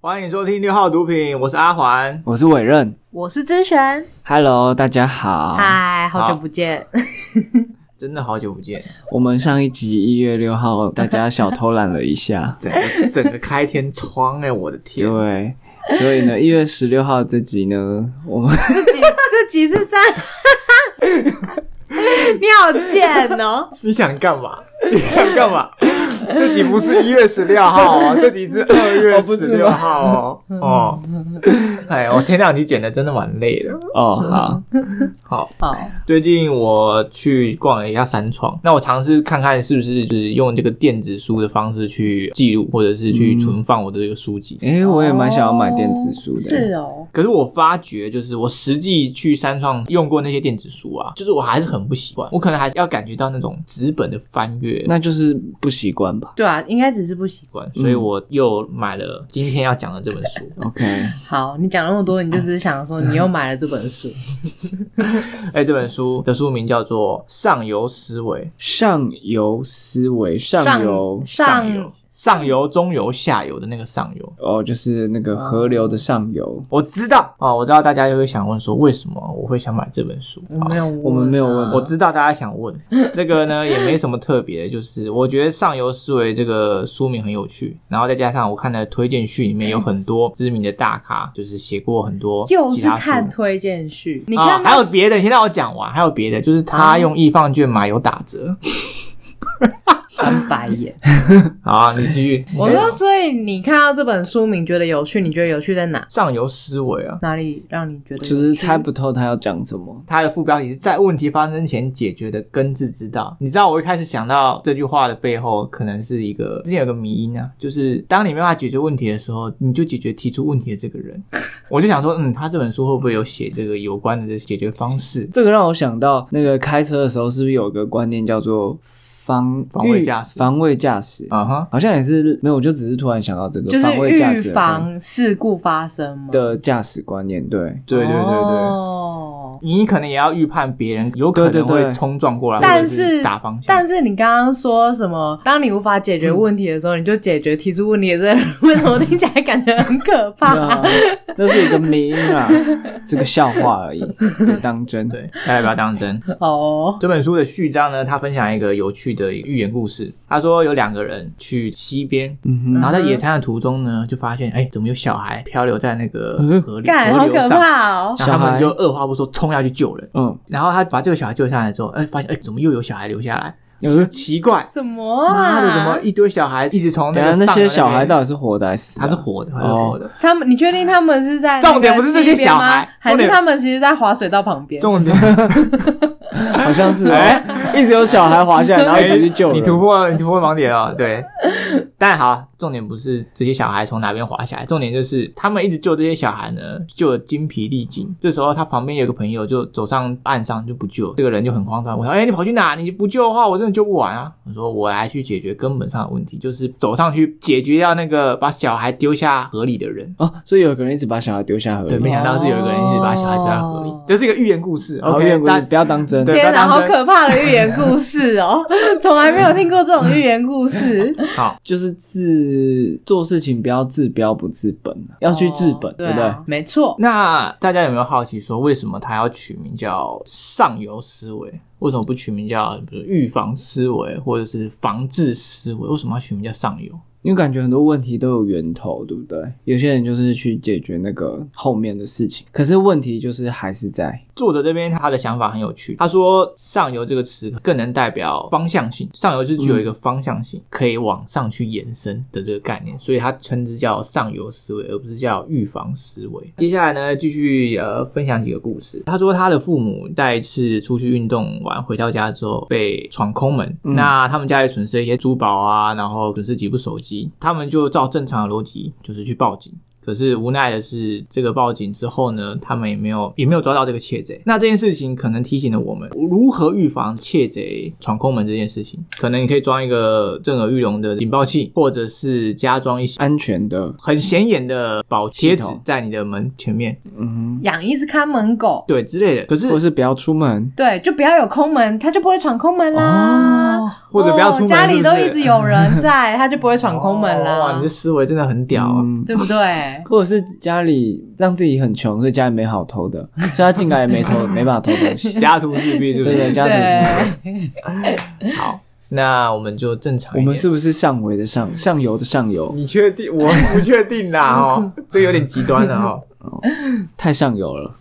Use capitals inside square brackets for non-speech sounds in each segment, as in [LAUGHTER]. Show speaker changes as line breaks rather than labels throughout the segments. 欢迎收听六号毒品，我是阿环。
我是伟任
我是之璇，
，Hello，大家好。
嗨，
好
好久不见，
真的好久不
[LAUGHS]
见，，
我们上一集一月六号，大家小偷懒了一下
[LAUGHS] 整个整个开天窗哎、我的天！
对，所以呢，一月十六号这集呢，我们
这集这集是三， [LAUGHS] 你好贱哦！
你想干嘛？ [LAUGHS] 你想干嘛？这集不是一月十六号
[LAUGHS]
哦，这集是二月
哦不
十
是
六
吗嗯
号哦。哦，哎，我前两集剪的真的蛮累的。
哦好，
好，
哦，
最近我去逛了一下三创，那我尝试看看是不是就是用这个电子书的方式去记录，或者是
嗯
去存放我的这个书籍。
诶、我也蛮想要买电子书的。
是哦，
可是我发觉，就是我实际去三创用过那些电子书啊，就是我还是很不习惯，我可能还是要感觉到那种纸本的翻阅
那就是不习惯吧。
对啊，应该只是不习
惯，所以我又买了今天要讲的这本书。
OK，
惯。好，你讲那么多，你就只是想说你又买了这本书，
哎、这本书的书名叫做《上游思维
上游思维， [LAUGHS] 上游
上》，
游、上游、中游、下游的那个上游。
哦，就是那个河流的上游。
我知道啊、我知道大家也会想问说，为什么我会想买这本书？
我没有问啊，
我们没有问
我知道大家想问这个呢，也没什么特别的，就是我觉得《上游思维》这个书名很有趣，然后再加上我看的推荐序里面有很多知名的大咖，就是写过很多
又
其
是
他书。
看推荐序，你
啊、
看哦
还
到
有别的，先让我讲完。还有别的，就是他用易放券买有打折。
翻白
[LAUGHS]
眼。
好啊，你继续。
我说，所以你看到这本书名觉得有趣，你觉得有趣在哪？
上游思维啊，
哪里让你觉得有趣
就是猜不透他要讲什么，
它的副标题是在问题发生前解决的根治之道。你知道我一开始想到这句话的背后，可能是一个之前有个迷因啊，就是当你没办法解决问题的时候，你就解决提出问题的这个
[LAUGHS]
人。我就想说，嗯，他这本书会不会有写这个有关的这解决方式？
这个让我想到那个开车的时候，是不是有个观念叫做防
防卫驾驶
防卫驾驶，
啊哈，
好像也是没有，我就只是突然想到这个
就是
防卫驾驶
预
的观
防事故发生吗？
的驾驶观念，对，
对对对对。
哦
你可能也要预判别人有可
对
能
对对
会冲撞过来，
但
或者是
是
打方向。嗯
但是你刚刚说什么？当你无法解决问题的时候，你就解决提出问题的这个人， [LAUGHS] 为什么听起来感觉很可怕？
啊
那啊那是一个迷因
[LAUGHS]
啊，这个笑话而已，别当真。
对，大家不要当真。
[LAUGHS] 哦，
这本书的序章呢，他分享一个有趣的寓言故事。他说有两个人去溪边，
嗯
然后在野餐的途中呢，就发现哎，怎么有小孩漂流在那个
嗯
河里、
干，
河
好
流
可
上？
怕哦！
然后他们就二话不说冲下去救人。
嗯，
然后他把这个小孩救下来之后，哎，发现哎，怎么又有小孩留下来？
呃
奇怪，
什么啊？
妈的，怎么一堆小孩一直从那
等
个
一下那
上
些
游
小孩
边
到底是活的还是死的
他
啊？
是活的，他是
哦
活的。
他们，你确定他们是在
重点不是这些
那个溪边吗
小孩
还
重
是
点
他们其实在滑水道旁边？
重点，
好像是
哎
哦，一直有小孩
[LAUGHS]
滑下来，然后一直去救
你
人。
突破你突破盲点啊！对，但好，重点不是这些小孩从哪边滑下来，重点就是他们一直救这些小孩呢，救的精疲力尽。这时候他旁边有个朋友就走上岸上就不救，这个人就很慌张，我说：“哎、你跑去哪？你不救的话，我真的救不完啊！”我说：“我来去解决根本上的问题，就是走上去解决掉那个把小孩丢下河里的人。”
哦，所以有个人一直把小孩丢下河
对，没
里，哦
想到是有一个人一直把小孩丢下河里
哦，
这是一个寓言故事。
好
OK，
远故
大
事，不要当真。
对
天
不要
哪，
当
好
真
可怕的寓言故事哦！ [LAUGHS] 从来没有听过这种寓言
[LAUGHS]
故事。
好，
就是自做事情不要治标不治本啊，要去治本，
哦
对
啊
不对？
没错。
那大家有没有好奇说，为什么他要取名叫上游思维？为什么不取名叫比如预防思维或者是防治思维？为什么要取名叫上游？
因为感觉很多问题都有源头，对不对？有些人就是去解决那个后面的事情，可是问题就是还是在。
作者这边他的想法很有趣，他说“上游”这个词更能代表方向性，上游是具有一个方向性，可以往上去延伸的这个概念，所以他称之叫上游思维，而不是叫预防思维。接下来呢，继续呃分享几个故事。他说他的父母在一次出去运动完回到家之后被闯空门，那他们家里损失了一些珠宝啊，然后损失几部手机，他们就照正常的逻辑就是去报警。可是无奈的是，这个报警之后呢，他们也没有也没有抓到这个窃贼。那这件事情可能提醒了我们如何预防窃贼闯空门这件事情。可能你可以装一个震耳欲聋的警报器，或者是加装一些
安全的，
很显眼的保贴
系
纸
统
在你的门前面，
嗯
养一只看门狗，
对之类的。可是 [LAUGHS]
哼，或是不要出门。
对，就不要有空门，它就不会闯空门啦。
或者不要出门
哦家里
是不哦
都
是 [LAUGHS]
一直有人在，他就不会闯空门啦，
哇，你的思维真的很屌啊！
嗯，
[LAUGHS]
对不对？对，
或者是家里让自己很穷，所以家里没好偷的，所以他进来也没 [LAUGHS] 偷，没办法偷东西。
家徒四壁，是不
对对，
是？
家庭是。
对，
好，那我们就正常一
我
点。
们是不是上围的上上游的上游？
你确 [LAUGHS] 定？我不确定啦，哦， [LAUGHS] 这有点极端了哦。
太上游 [LAUGHS] 了。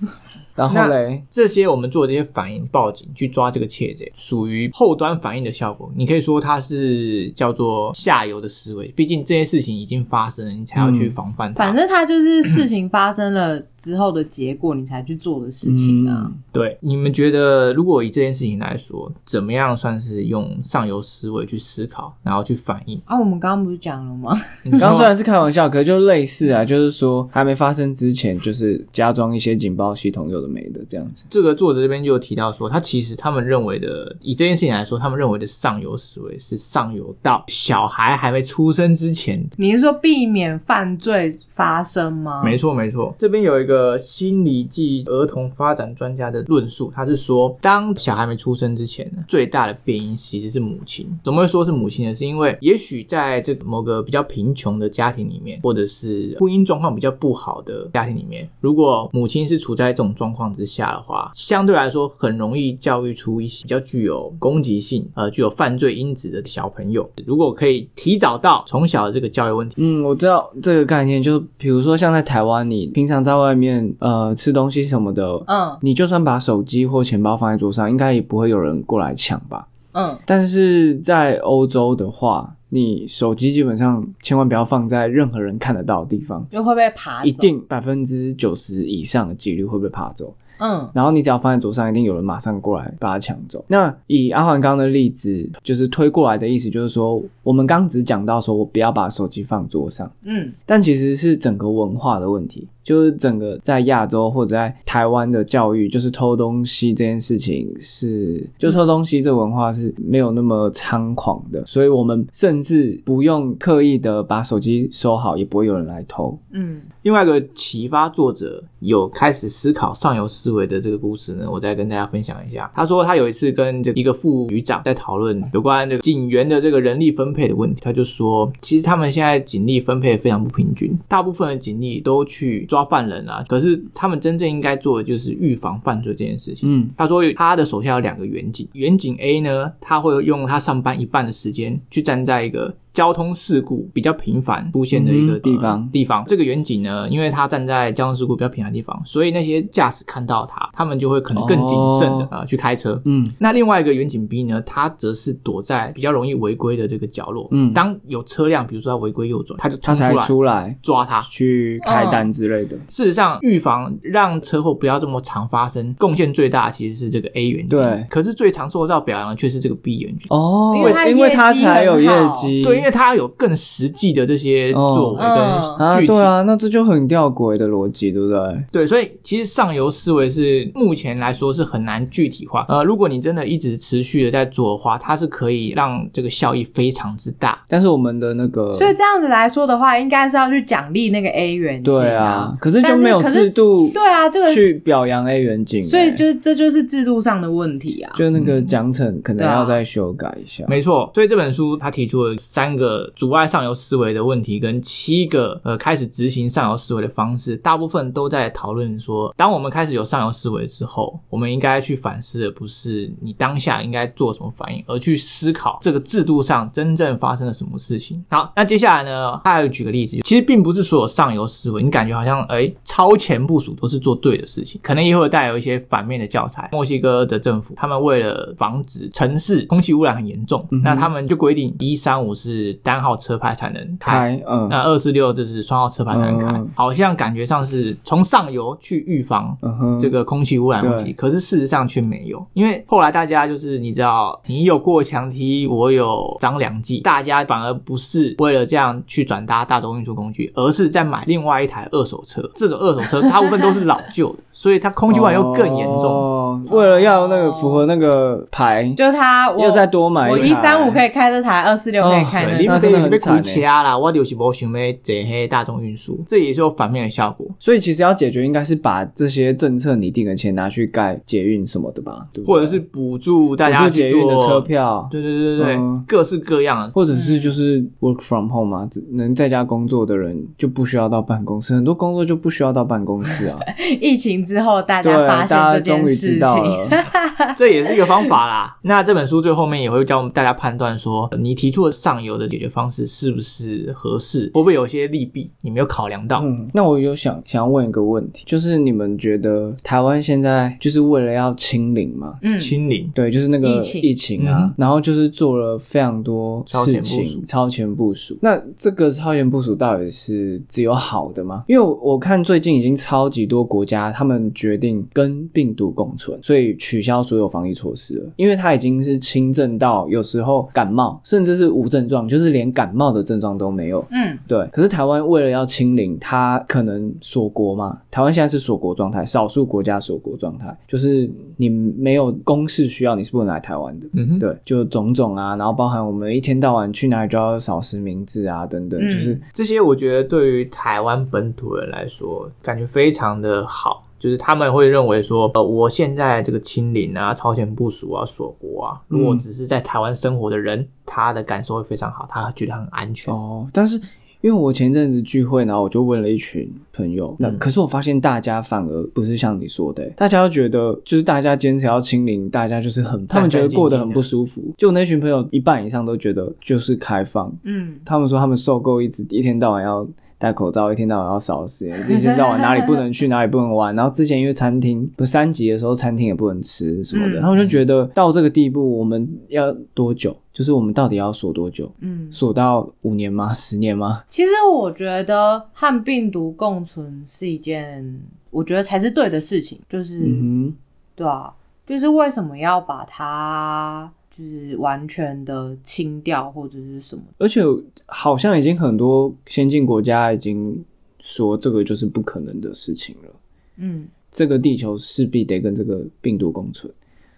然后嘞，
[LAUGHS] 这些我们做这些反应、报警去抓这个窃贼，属于后端反应的效果。你可以说它是叫做下游的思维，毕竟这些事情已经发生了，你才要去防范它。
反正他就是事情发生了之后的结果，你才去做的事情啊。
嗯，
对，你们觉得如果以这件事情来说，怎么样算是用上游思维去思考，然后去反应？
啊，我们刚刚不是讲了吗？ [LAUGHS]
你说
刚刚虽然是开玩笑，可是就类似啊，就是说还没发生之前，就是加装一些警报系统，有的没的这样子。
这个作者这边就有提到说，他其实他们认为的，以这件事情来说，他们认为的上游思维是上游到小孩还没出生之前
你是说避免犯罪发生吗？
没错，没错。这边有一个心理暨儿童发展专家的论述，他是说，当小孩没出生之前呢，最大的变因其实是母亲。怎么会说是母亲呢？是因为也许在这个某个比较贫穷的家庭里面，或者是婚姻状况比较不好的家庭里面，如果母亲是处在这种状况之下的话，相对来说很容易教育出一些比较具有攻击性、呃具有犯罪因子的小朋友。如果可以提早到从小的这个教育问题，
嗯，我知道这个概念，就比如说像在台湾，你平常在外面呃吃东西什么的，
嗯
你就算把手机或钱包放在桌上，应该也不会有人过来抢吧。
嗯，
但是在欧洲的话，你手机基本上千万不要放在任何人看得到的地方，
就会被爬走。
一定百分之九十以上的几率会被爬走。
嗯
然后你只要放在桌上，一定有人马上过来把它抢走。那以阿环刚刚的例子，就是推过来的意思，就是说我们刚只讲到说我不要把手机放桌上，
嗯
但其实是整个文化的问题，就是整个在亚洲或者在台湾的教育，就是偷东西这件事情是，就偷东西这文化是没有那么猖狂的，所以我们甚至不用刻意的把手机收好，也不会有人来偷。
嗯，
另外一个启发作者有开始思考上游思维的这个故事呢，我再跟大家分享一下。他说他有一次跟这个一个副局长在讨论有关这个警员的这个人力分配的问题，他就说，其实他们现在警力分配非常不平均，大部分的警力都去抓犯人啊，可是他们真正应该做的就是预防犯罪这件事情。
嗯，
他说他的手下有两个远景，远景 A 呢，他会用他上班一半的时间去站在一个交通事故比较频繁出现的一个、呃
嗯地方
地方。这个远景呢，因为他站在交通事故比较频繁的地方，所以那些驾驶看到他，他们就会可能更谨慎的、
哦
呃去开车。
嗯，
那另外一个远景 B 呢，他则是躲在比较容易违规的这个角落。
嗯
当有车辆，比如说他违规右转，他就冲
他才
出来
出来
抓他。
去开单之类的。
事实上，预防让车祸不要这么常发生，贡献最大其实是这个 A 原件。
对
可是最常受到表扬的却是这个 B 原件。
哦，
因为他
因为他
业绩很
才有业
好
绩，
对，因为它有更实际的这些作为
哦
跟
啊，
具体。
对啊，那这就很吊诡的逻辑，对不对？
对，所以其实上游思维是目前来说是很难具体化。呃，如果你真的一直持续的在做的话，它是可以让这个效益非常之大。
但是我们的那个，
所以这样子来说的话，应该是要去奖励那个 A 元金
对啊，可是就
但是
没有
可是
制度
对啊，这个
去表扬 A 远景欸，
所以就这就是制度上的问题啊。
就那个
嗯
奖惩可
对
能
啊
要再修改一下。
没错，所以这本书它提出了三个阻碍上游思维的问题，跟七个呃开始执行上游思维的方式，大部分都在讨论说，当我们开始有上游思维之后，我们应该去反思的不是你当下应该做什么反应，而去思考这个制度上真正发生了什么事情。好，那接下来呢，他还有举个例子，其实并不是所有上游思维，你感觉好像哎超前部署都是做对的事情，可能也会带有一些反面的教材。墨西哥的政府他们为了防止城市空气污染很严重，那他们就规定一三五是单号车牌才能开。
开嗯
那二四六就是双号车牌才能开，
嗯
好像感觉上是从上游去预防
嗯哼，
这个空气污染问题，
对
可是事实上却没有，因为后来大家就是你知道，你有过墙梯，我有张良计，大家反而不是为了这样去转搭大众运输工具，而是在买另外一台二手车。这种二手车大部分都是老旧
[LAUGHS]
的，所以它空气污染又更严重。
哦，为了要那个符合那个牌，
就他我
又再多买
我
一
一
台哦
三五可以开这台，二四六可以开
对对，
哎那
你们这
真的
是被
很
哭
惨欸。
掐啊啦，我就是不想要坐黑大众运输，这也是有反面的效果。
所以其实要解决，应该是把这些政策拟定的钱拿去盖捷运什么的吧，对不对
或者是补助大
补
家
助捷
去
运
做
的车，票，
对对对对对，
嗯
各式各样的。
或者是就是 work from home 嘛、只能在家工作的人就不需要到办公室，很多工作就不需要到办公室啊。
疫情之后 [LAUGHS] 大
对，啊
家
大
发现
家
这
终
件
于
事
知道
情，
了。
[LAUGHS] 这也是一个方法啦。那这本书最后面也会教我们大家判断说，呃你提出的上游的解决方式是不是合适，会不会有一些利弊你没有考量到？
嗯，那我有想想要问一个问题，就是你们觉得台湾现在就是为了要清零嘛？
嗯，
清零，
对，就是那个
疫情
疫情啊，
嗯哼
然后就是做了非常多事
超前部署
情，超前部署。那这个超前部署到底是只有好的吗？因为我我看最近已经超级多国家他们决定跟病毒共存，所以取消所有防疫措施了，因为它已经是轻症到有时候感冒，甚至是无症状，就是连感冒的症状都没有。
嗯，
对，可是台湾为了要清零，它可能锁国嘛。台湾现在是锁国状态，少数国家锁国状态，就是你没有公事需要，你是不能来台湾的。
嗯哼，
对，就种种啊，然后包含我们一天到晚去哪里就要扫实名制啊，等等，
嗯
就是
这些我觉得对于台湾本土人来说，感觉非常的好。就是他们会认为说，呃，我现在这个清零啊、超前部署啊、锁国啊，如果
嗯
只是在台湾生活的人，他的感受会非常好，他觉得很安全。
哦，但是。因为我前阵子聚会，然后我就问了一群朋友，那、
嗯
可是我发现大家反而不是像你说的、大家都觉得就是大家坚持要清零，大家就是很，他们觉得过得很不舒服。就我那群朋友一半以上都觉得就是开放，
嗯，
他们说他们受够一直一天到晚要戴口罩，一天到晚要扫实验，一天到晚哪里不能去，哪里不能玩。然后之前因为餐厅不是三级的时候，餐厅也不能吃什么的，
嗯
他们就觉得到这个地步，我们要多久？就是我们到底要锁多久？
嗯，
锁到五年吗？十年吗？
其实我觉得和病毒共存是一件，我觉得才是对的事情，就是、
嗯
对啊，就是为什么要把它就是完全的清掉或者是什么？
哼，而且好像已经很多先进国家已经说这个就是不可能的事情了。
嗯，
这个地球势必得跟这个病毒共存。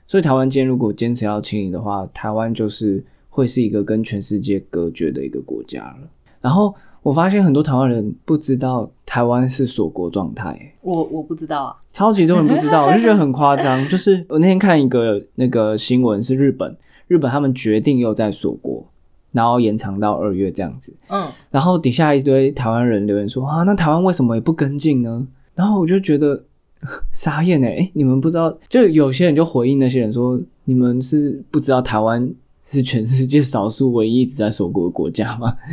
所以台湾今天如果坚持要清零的话，台湾就是会是一个跟全世界隔绝的一个国家了。然后我发现很多台湾人不知道台湾是锁国状态，
我我不知道啊，
超级多人不知道，我就觉得很夸张。就是我那天看一个那个新闻是日本，日本他们决定又在锁国，然后延长到二月这样子。
嗯，
然后底下一堆台湾人留言说啊，那台湾为什么也不跟进呢？然后我就觉得 [LAUGHS] 傻眼哎、诶你们不知道，就有些人就回应那些人说，你们是不知道台湾是全世界少数唯一一直在锁国的国家吗？ [LAUGHS]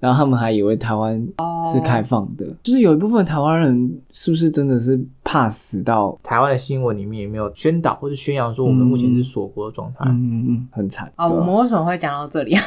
然后他们还以为台湾
哦
是开放的，就是有一部分台湾人是不是真的是怕死到
台湾的新闻里面也没有宣导或者宣扬说我们目前是锁国的状态。
嗯嗯嗯嗯很惨
啊，我
对
们为什么会讲到这里啊？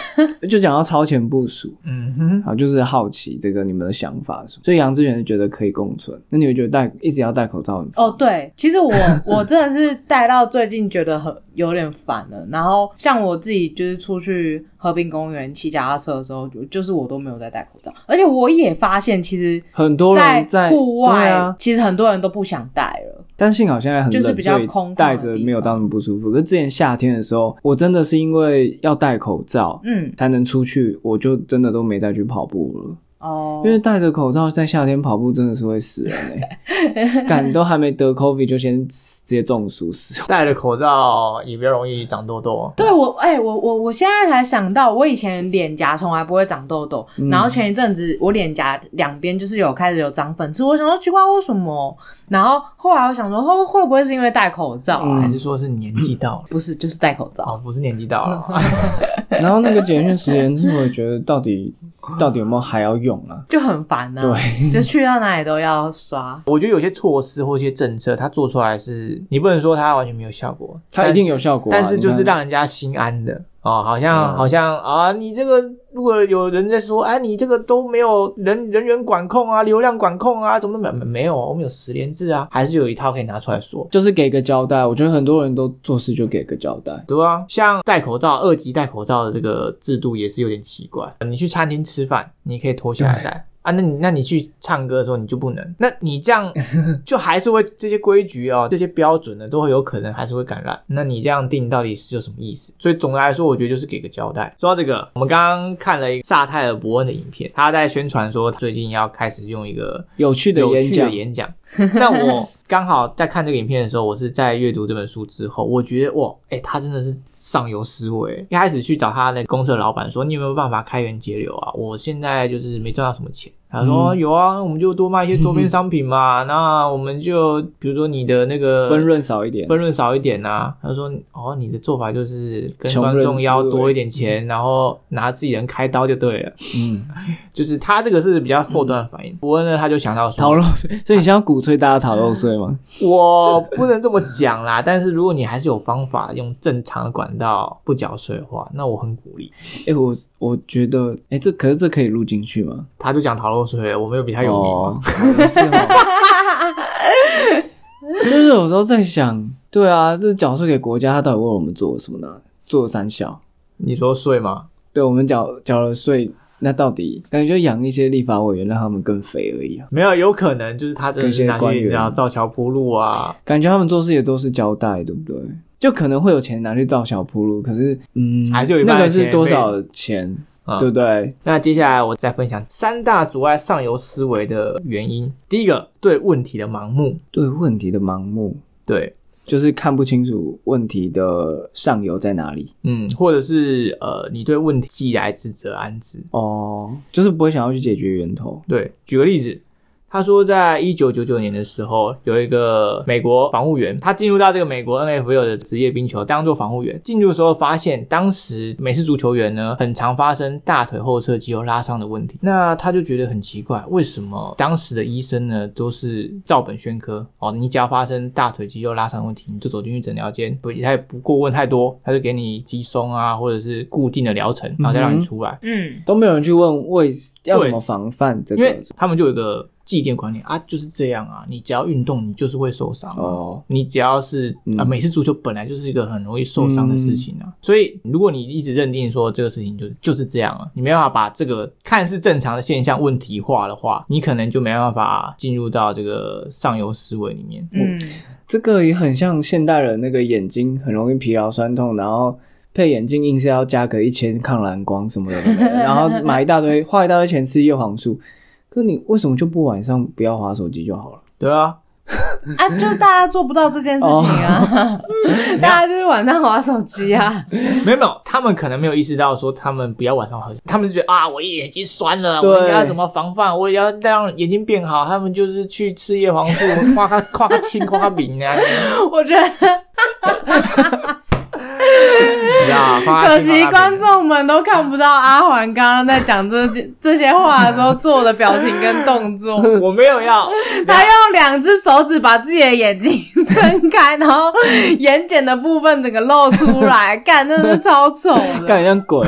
就讲到超前部署，
嗯哼，
好，就是好奇这个你们的想法是什么所以杨志远是觉得可以共存，那你会觉得戴一直要戴口罩很烦
哦，对，其
[LAUGHS]
实我我真的是戴到最近觉得很有点烦了。然后像我自己就是出去和平公园骑脚踏车的时候，就就是我都没有在戴口罩，而且我也发现其实。
很多人在
户外、
对啊，
其实很多人都不想戴了。
但幸好现在很冷，
就是比较空旷的地方
所以戴着没有到那么不舒服。可是之前夏天的时候，我真的是因为要戴口罩。
嗯，
才能出去，我就真的都没再去跑步了，
哦，
因为戴着口罩在夏天跑步真的是会死人哎、
[LAUGHS]
欸，感都还没得 COVID 就先直接中暑死。
戴了口罩也比较容易长痘痘。
对我，哎、我我我现在才想到，我以前脸颊从来不会长痘痘，
嗯
然后前一阵子我脸颊两边就是有开始有长粉刺，我想说奇怪为什么？然后后来我想说哦会会不会是因为戴口罩啊？
嗯
还是说是年纪到了？
不是，就是戴口罩。
哦，不是年纪到了，
嗯然后那个简讯时间，我觉得到底到底有没有还要用啊？
就很烦呐、对，就去到哪里都要刷，
[LAUGHS] 我觉得有些措施或一些政策，它做出来是你不能说它完全没有效果，
它一定有效果啊、
但是，但是
你
就是
看
让人家心安的哦，好像、
嗯
好像啊，你这个如果有人在说，哎、你这个都没有人人员管控啊，流量管控啊，怎么没没有啊？我们有十连制啊，还是有一套可以拿出来说。
就是给个交代。我觉得很多人都做事就给个交代。
对啊，像戴口罩，二级戴口罩的这个制度也是有点奇怪。你去餐厅吃饭，你可以脱下来戴，啊，那你那你去唱歌的时候你就不能，那你这 [LAUGHS] 样就还是会这些规矩哦，这些标准呢都会有可能还是会感染。那你这样定到底是有什么意思？所以总的来说，我觉得就是给个交代。说到这个，我们刚刚看了一个萨泰尔伯恩的影片，他在宣传说最近要开始用一个
有趣的
有
演
趣
讲
的，演讲。 [LAUGHS] 那我刚好在看这个影片的时候，我是在阅读这本书之后，我觉得哇，哎、他真的是上游思维。一开始去找他的公司的老板说，你有没有办法开源节流啊？我现在就是没赚到什么钱。他说、
嗯
有啊，那我们就多卖一些周边商品
[LAUGHS]
嘛。那我们就比如说你的那个
分润少一点，
分润少一点呐、他说：“哦，你的做法就是跟
穷人
观众要
思维
多一点钱，然后拿自己人开刀就对了。
嗯，”
[LAUGHS] 就是他这个是比较后端的反应。伯恩呢，他就想到说
[LAUGHS] 逃漏税，所以你想要鼓吹大家逃漏税吗？
我不能这么讲啦， [LAUGHS] 但是如果你还是有方法用正常的管道不缴税的话，那我很鼓励。
[LAUGHS] 哎、我我觉得，哎、这可是这可以录进去吗？
他就讲逃漏税，我没有比他有名吗、
哦，是哦。 [LAUGHS] 就是有时候在想，对啊，这缴税给国家，他到底为我们做了什么呢？做了三小，
你说税吗？
对我们缴缴了税，那到底感觉就养一些立法委员，让他们更肥而已啊。
没有，有可能就是他真的是拿
跟一些官
去
员
然后造桥铺路啊。
感觉他们做事也都是交代，对不对？就可能会有钱拿去造小铺路，可是，嗯，
还是有一半
那
的
个是
钱
多
被
少钱，
嗯
对不对？
那接下来我再分享三大阻碍上游思维的原因。第一个，对问题的盲目，
对问题的盲目，
对，
就是看不清楚问题的上游在哪里
嗯，或者是呃，你对问题既来之则安之。
哦，就是不会想要去解决源头。
对，举个例子，他说在一九九九年的时候，有一个美国防务员，他进入到这个美国 NFL 的职业冰球当做防务员，进入的时候发现，当时美式足球员呢，很常发生大腿后侧肌肉拉伤的问题。那他就觉得很奇怪，为什么当时的医生呢都是照本宣科哦？你只要发生大腿肌肉拉伤的问题，你就走进去诊疗间，不，他也不过问太多，他就给你肌松啊，或者是固定的疗程，然后再让
嗯
你
哼
出来。
嗯，
都没有人去问为要
对
怎么防范这
因为
个
他们就有一个既定观念啊，就是这样啊，你只要运动，你就是会受伤、哦。
哦，
你只要是
嗯
啊，美式足球本来就是一个很容易受伤的事情啊，所以如果你一直认定说这个事情就是就是这样了、啊你没办法把这个看似正常的现象问题化的话，你可能就没办法进入到这个上游思维里面。
嗯，
这个也很像现代人那个眼睛很容易疲劳酸痛，然后配眼镜硬是要加个一千抗蓝光什么的， [LAUGHS] 然后买一大堆花一大堆钱吃叶黄素，可你为什么就不晚上不要划手机就好了？
对啊，
啊，就大家做不到这件事情啊， [LAUGHS] 大家就是晚上玩手机啊，
没有没有，他们可能没有意识到说他们不要晚上喝酒，他们就觉得啊，我眼睛酸了，
对
我应该要怎么防范？我也要让眼睛变好。他们就是去吃叶黄素，画个画个青，画个饼 [LAUGHS] 啊，你
我觉得
知道？画个
可
青
惜
画个饼
观众们都看不到阿环刚刚在讲这些这些话的时候做的表情跟动作。
我没有要，
他用两只手指把自己的眼睛 [LAUGHS] 撑开，然后眼睑的部分整个露出来，干，真的是超丑
[LAUGHS]
的。
干得像鬼，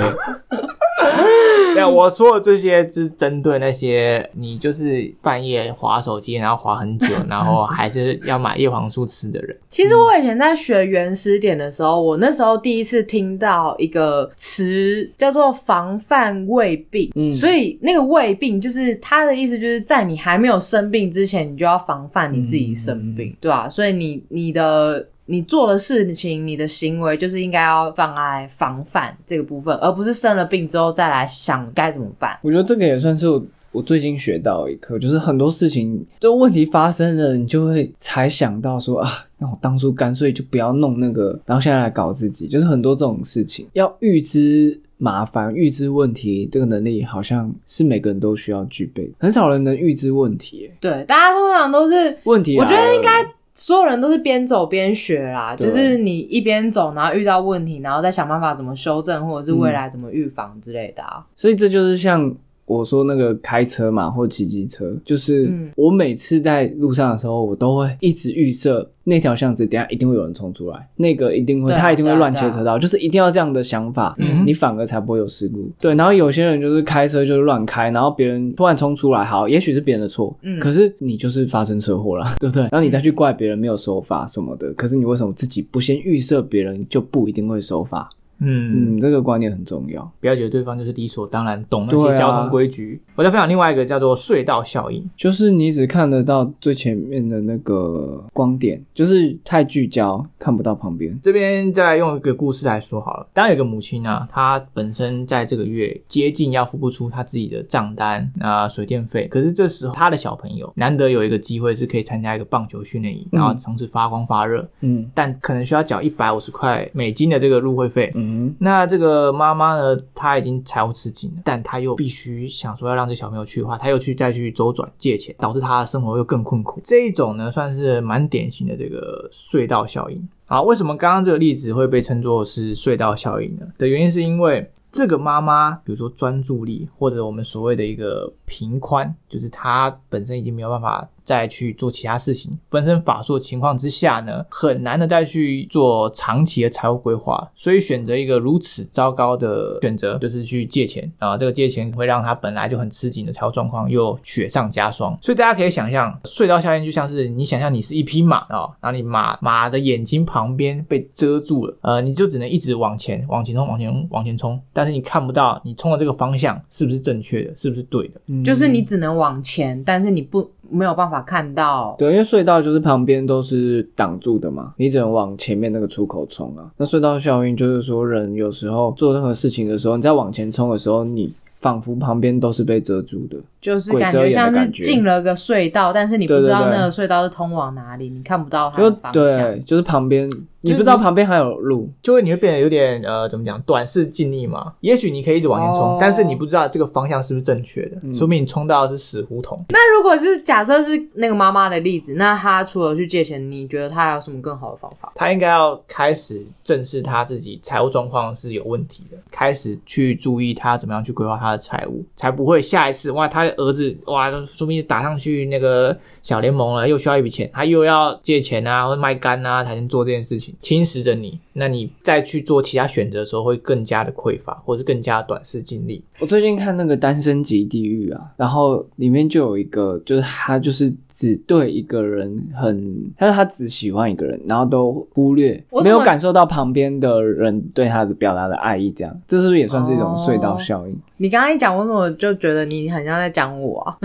没有我说的这些是针对那些你就是半夜划手机，然后划很久，然后还是要买叶黄素吃的人。
其实我以前在学原始点的时候，我那时候第一次听到一个词叫做“防范胃病”，
嗯
所以那个胃病就是它的意思，就是在你还没有生病之前，你就要防范你自己生病，对吧、所以你你的。你做的事情，你的行为就是应该要放在防范这个部分，而不是生了病之后再来想该怎么办。
我觉得这个也算是我我最近学到一课，就是很多事情，就问题发生了，你就会才想到说啊，那我当初干脆就不要弄那个，然后现在来搞自己，就是很多这种事情，要预知麻烦、预知问题，这个能力好像是每个人都需要具备的，很少人能预知问题耶。
对，大家通常都是
问题来
我
了，
觉得应该所有人都是边走边学啦，
啊对
就是你一边走，然后遇到问题，然后再想办法怎么修正，或者是未来怎么预防之类的啊。
所以这就是像我说那个开车嘛，或骑机车，就是
嗯
我每次在路上的时候，我都会一直预设那条巷子，等一下一定会有人冲出来，那个一定会，
对啊
他一定会
对啊
乱
对
切
啊
车道，就是一定要这样的想法，
嗯
你反而才不会有事故。对，然后有些人就是开车就是乱开，然后别人突然冲出来，好，也许是别人的错，
嗯
可是你就是发生车祸了， [LAUGHS] 对不对？然后你再去怪别人没有守法什么的，可是你为什么自己不先预设别人就不一定会守法？
[LAUGHS] 嗯，
嗯，这个观念很重要。
不要觉得对方就是理所当然懂那
对
些
啊
交通规矩。我再分享另外一个叫做隧道效应，
就是你只看得到最前面的那个光点，就是太聚焦看不到旁边。
这边再用一个故事来说好了。当然有个母亲啊，她本身在这个月接近要付不出她自己的账单啊、水电费，可是这时候她的小朋友难得有一个机会是可以参加一个棒球训练营，然后从此发光发热，
嗯
但可能需要缴一百五十块美金的这个入会费。
嗯
那这个妈妈呢，她已经财务吃紧了，但她又必须想说要让这小朋友去的话，她又去再去周转借钱，导致她的生活又更困苦。这一种呢，算是蛮典型的这个隧道效应。好，为什么刚刚这个例子会被称作是隧道效应呢？的原因是因为这个妈妈，比如说专注力，或者我们所谓的一个平宽，就是她本身已经没有办法再去做其他事情，分身乏术的情况之下呢，很难的再去做长期的财务规划，所以选择一个如此糟糕的选择，就是去借钱啊。这个借钱会让她本来就很吃紧的财务状况又雪上加霜，所以大家可以想象，隧道效应就像是你想象你是一匹马啊、然后你马马的眼睛旁边被遮住了，呃，你就只能一直往前往前冲，往前冲往前冲，但是你看不到你冲的这个方向是不是正确的，是不是对的。
嗯
就是你只能往前，但是你不没有办法看到。
对，因为隧道就是旁边都是挡住的嘛，你只能往前面那个出口冲啊。那隧道效应就是说，人有时候做任何事情的时候，你在往前冲的时候，你仿佛旁边都是被遮住的。
就是
鬼
感
遮
觉
眼的
像是
感觉
进了个隧道，但是你不
对对
知道
对
那个隧道是通往哪里，你看不到它
就
的方向
对。，就是旁边，你
就是
不知道
你
旁边还有路，
就会你会变得有点呃，怎么讲，短视近利嘛。也许你可以一直往前冲，
哦
但是你不知道这个方向是不是正确的，说明你冲到的是死胡同。
那如果是假设是那个妈妈的例子，那她除了去借钱，你觉得她还有什么更好的方法？
他应该要开始正视他自己财务状况是有问题的，开始去注意他怎么样去规划他的财务，才不会下一次哇，他的儿子哇，说不定打上去那个小联盟了，又需要一笔钱，他又要借钱啊，或者卖干啊，才能做这件事情，侵蚀着你。那你再去做其他选择的时候，会更加的匮乏，或是更加短视近利。
我最近看那个《单身级地狱》啊，然后里面就有一个，就是他就是只对一个人很，他说他只喜欢一个人，然后都忽略，
我怎
没
么
有感受到旁边的人对他的表达的爱意，这样，这是不是也算是一
哦
种隧道效应？
你刚刚一讲，我怎么就觉得你很像在讲我啊？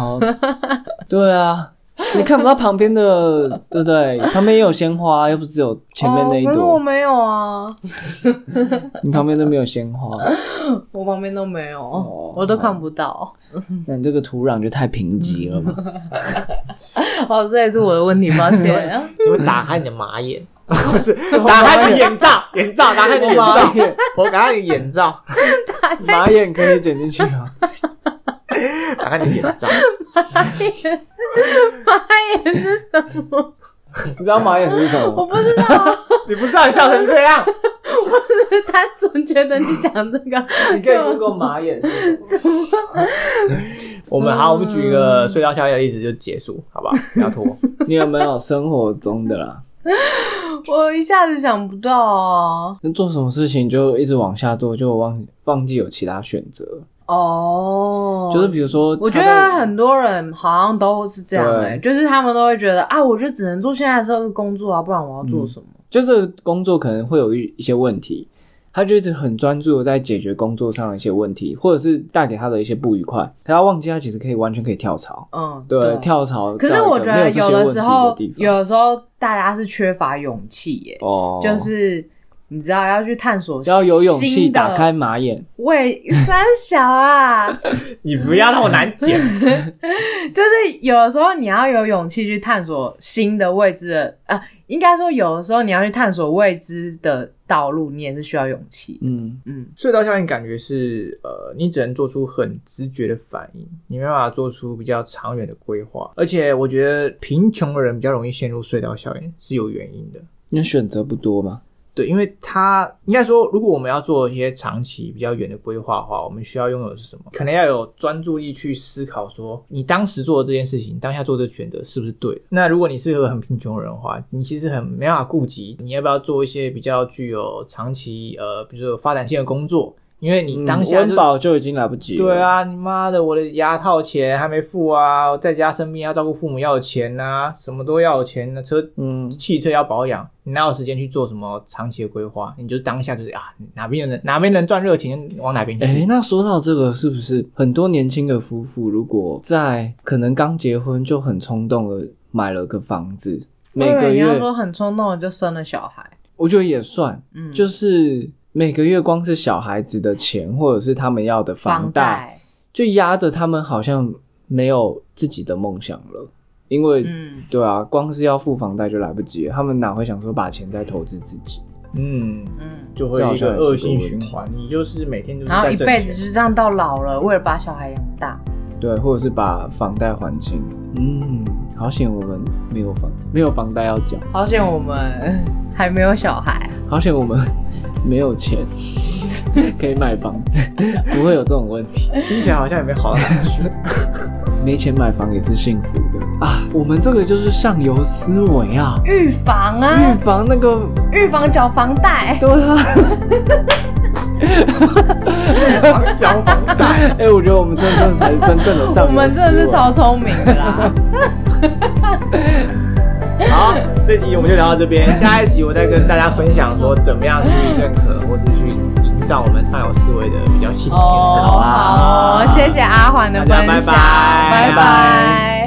哦， [LAUGHS] 对啊，你看不到旁边的，对不对？旁边也有鲜花，又不是只有前面那一
哦可是
朵，
我没有啊，
你旁边都没有鲜花，
我旁边都没有，
哦
我都看不到。
那你这个土壤就太贫瘠了
[LAUGHS]
嘛？
哦，这也是我的问题，抱歉。
[LAUGHS]
你会打开你的马 [LAUGHS] 眼，不是打开你的眼罩，眼罩打开你的眼罩
马眼，
[LAUGHS]
[LAUGHS]
我打开你的眼 [LAUGHS] 罩，
马眼可以剪进去吗？
打开你的眼罩。
你知道马眼是什么吗
[LAUGHS] 我？不知道，
[LAUGHS] 你不知道你笑成这样，
我只是单纯觉得你讲这个，
你可以 Google 马眼是什么？
[LAUGHS] 我们好，我们举一个隧道效应的例子就结束，好不好？不要拖。
你有没有生活中的啦？
我一下子想不到啊。
那做什么事情就一直往下做，就忘忘记有其他选择。
哦，
就是比如说他在，
我觉得很多人好像都是这样
对
哎、就是他们都会觉得啊，我就只能做现在这个工作啊，不然我要做什么？
就这个工作可能会有一一些问题，他就一直很专注的在解决工作上的一些问题，或者是带给他的一些不愉快，可他忘记他其实可以完全可以跳槽。
嗯，
对，。跳槽到
可
一个没这
是
些
我
问题的
觉得
地方。
有的时候，有的时候大家是缺乏勇气耶、
哦，
就是你知道要去探索，
要有勇气
新的
打开马眼。
喂，三
[LAUGHS]
小啊，
[LAUGHS] 你不要让我难 [LAUGHS] 剪。
就是有的时候你要有勇气去探索新的未知的，啊，应该说有的时候你要去探索未知的道路，你也是需要勇气。
嗯，
嗯，
隧道效应感觉是，呃，你只能做出很直觉的反应，你没办法做出比较长远的规划。而且我觉得贫穷的人比较容易陷入隧道效应是有原因的。
你选择不多嘛？
对，因为它应该说，如果我们要做一些长期比较远的规划的话，我们需要拥有的是什么？可能要有专注力去思考说，你当时做的这件事情，当下做的选择是不是对的？那如果你是个很贫穷的人的话，你其实很没办法顾及你要不要做一些比较具有长期呃，比如说有发展性的工作。因为你
嗯
当下
温
就
饱就已经来不及了。
对，啊，你妈的，我的牙套钱还没付啊，在家生病要照顾父母要有钱呐、什么都要有钱呢、车
嗯，
汽车要保养，你哪有时间去做什么长期的规划？你就当下就是啊，哪边能哪边能赚热钱往哪边去。
哎，那说到这个，是不是很多年轻的夫妇，如果在可能刚结婚就很冲动的买了个房子，每
或者
个
你要
月
说很冲动的就生了小孩，
我觉得也算，
嗯，
就是每个月光是小孩子的钱，或者是他们要的
房
房贷，就压着他们好像没有自己的梦想了，因为、
嗯，
对啊，光是要付房贷就来不及了，他们哪会想说把钱再投资自己？
嗯，
嗯，
就会有一个恶性循环，你就是每天就是
然后
在
一
挣
辈子
钱。
就是这样到老了，为了把小孩养大，
对，或者是把房贷还清？嗯，好险我们没有房，没有房贷要缴，
好险我们还没有小孩，
好险我们没有钱可以买房子，不会有这种问题。
听起来好像也没 [LAUGHS] 好到哪去。
没钱买房也是幸福的啊！我们这个就是上游思维啊，
预防
预
啊，
防那个
预防缴房贷，
对
[LAUGHS]
啊。
房交房贷，
哎、我觉得我们真正才是真正的上游思维。
我们真
哦
的是超聪明
[LAUGHS]
的啦。
好，这集我们就聊到这边，下一集我再跟大家分享说怎么样去认可或是去营造我们上游思维的比较系统性的。
哦，好哦，谢谢阿环的
啊大
分
家
享，
拜拜
拜拜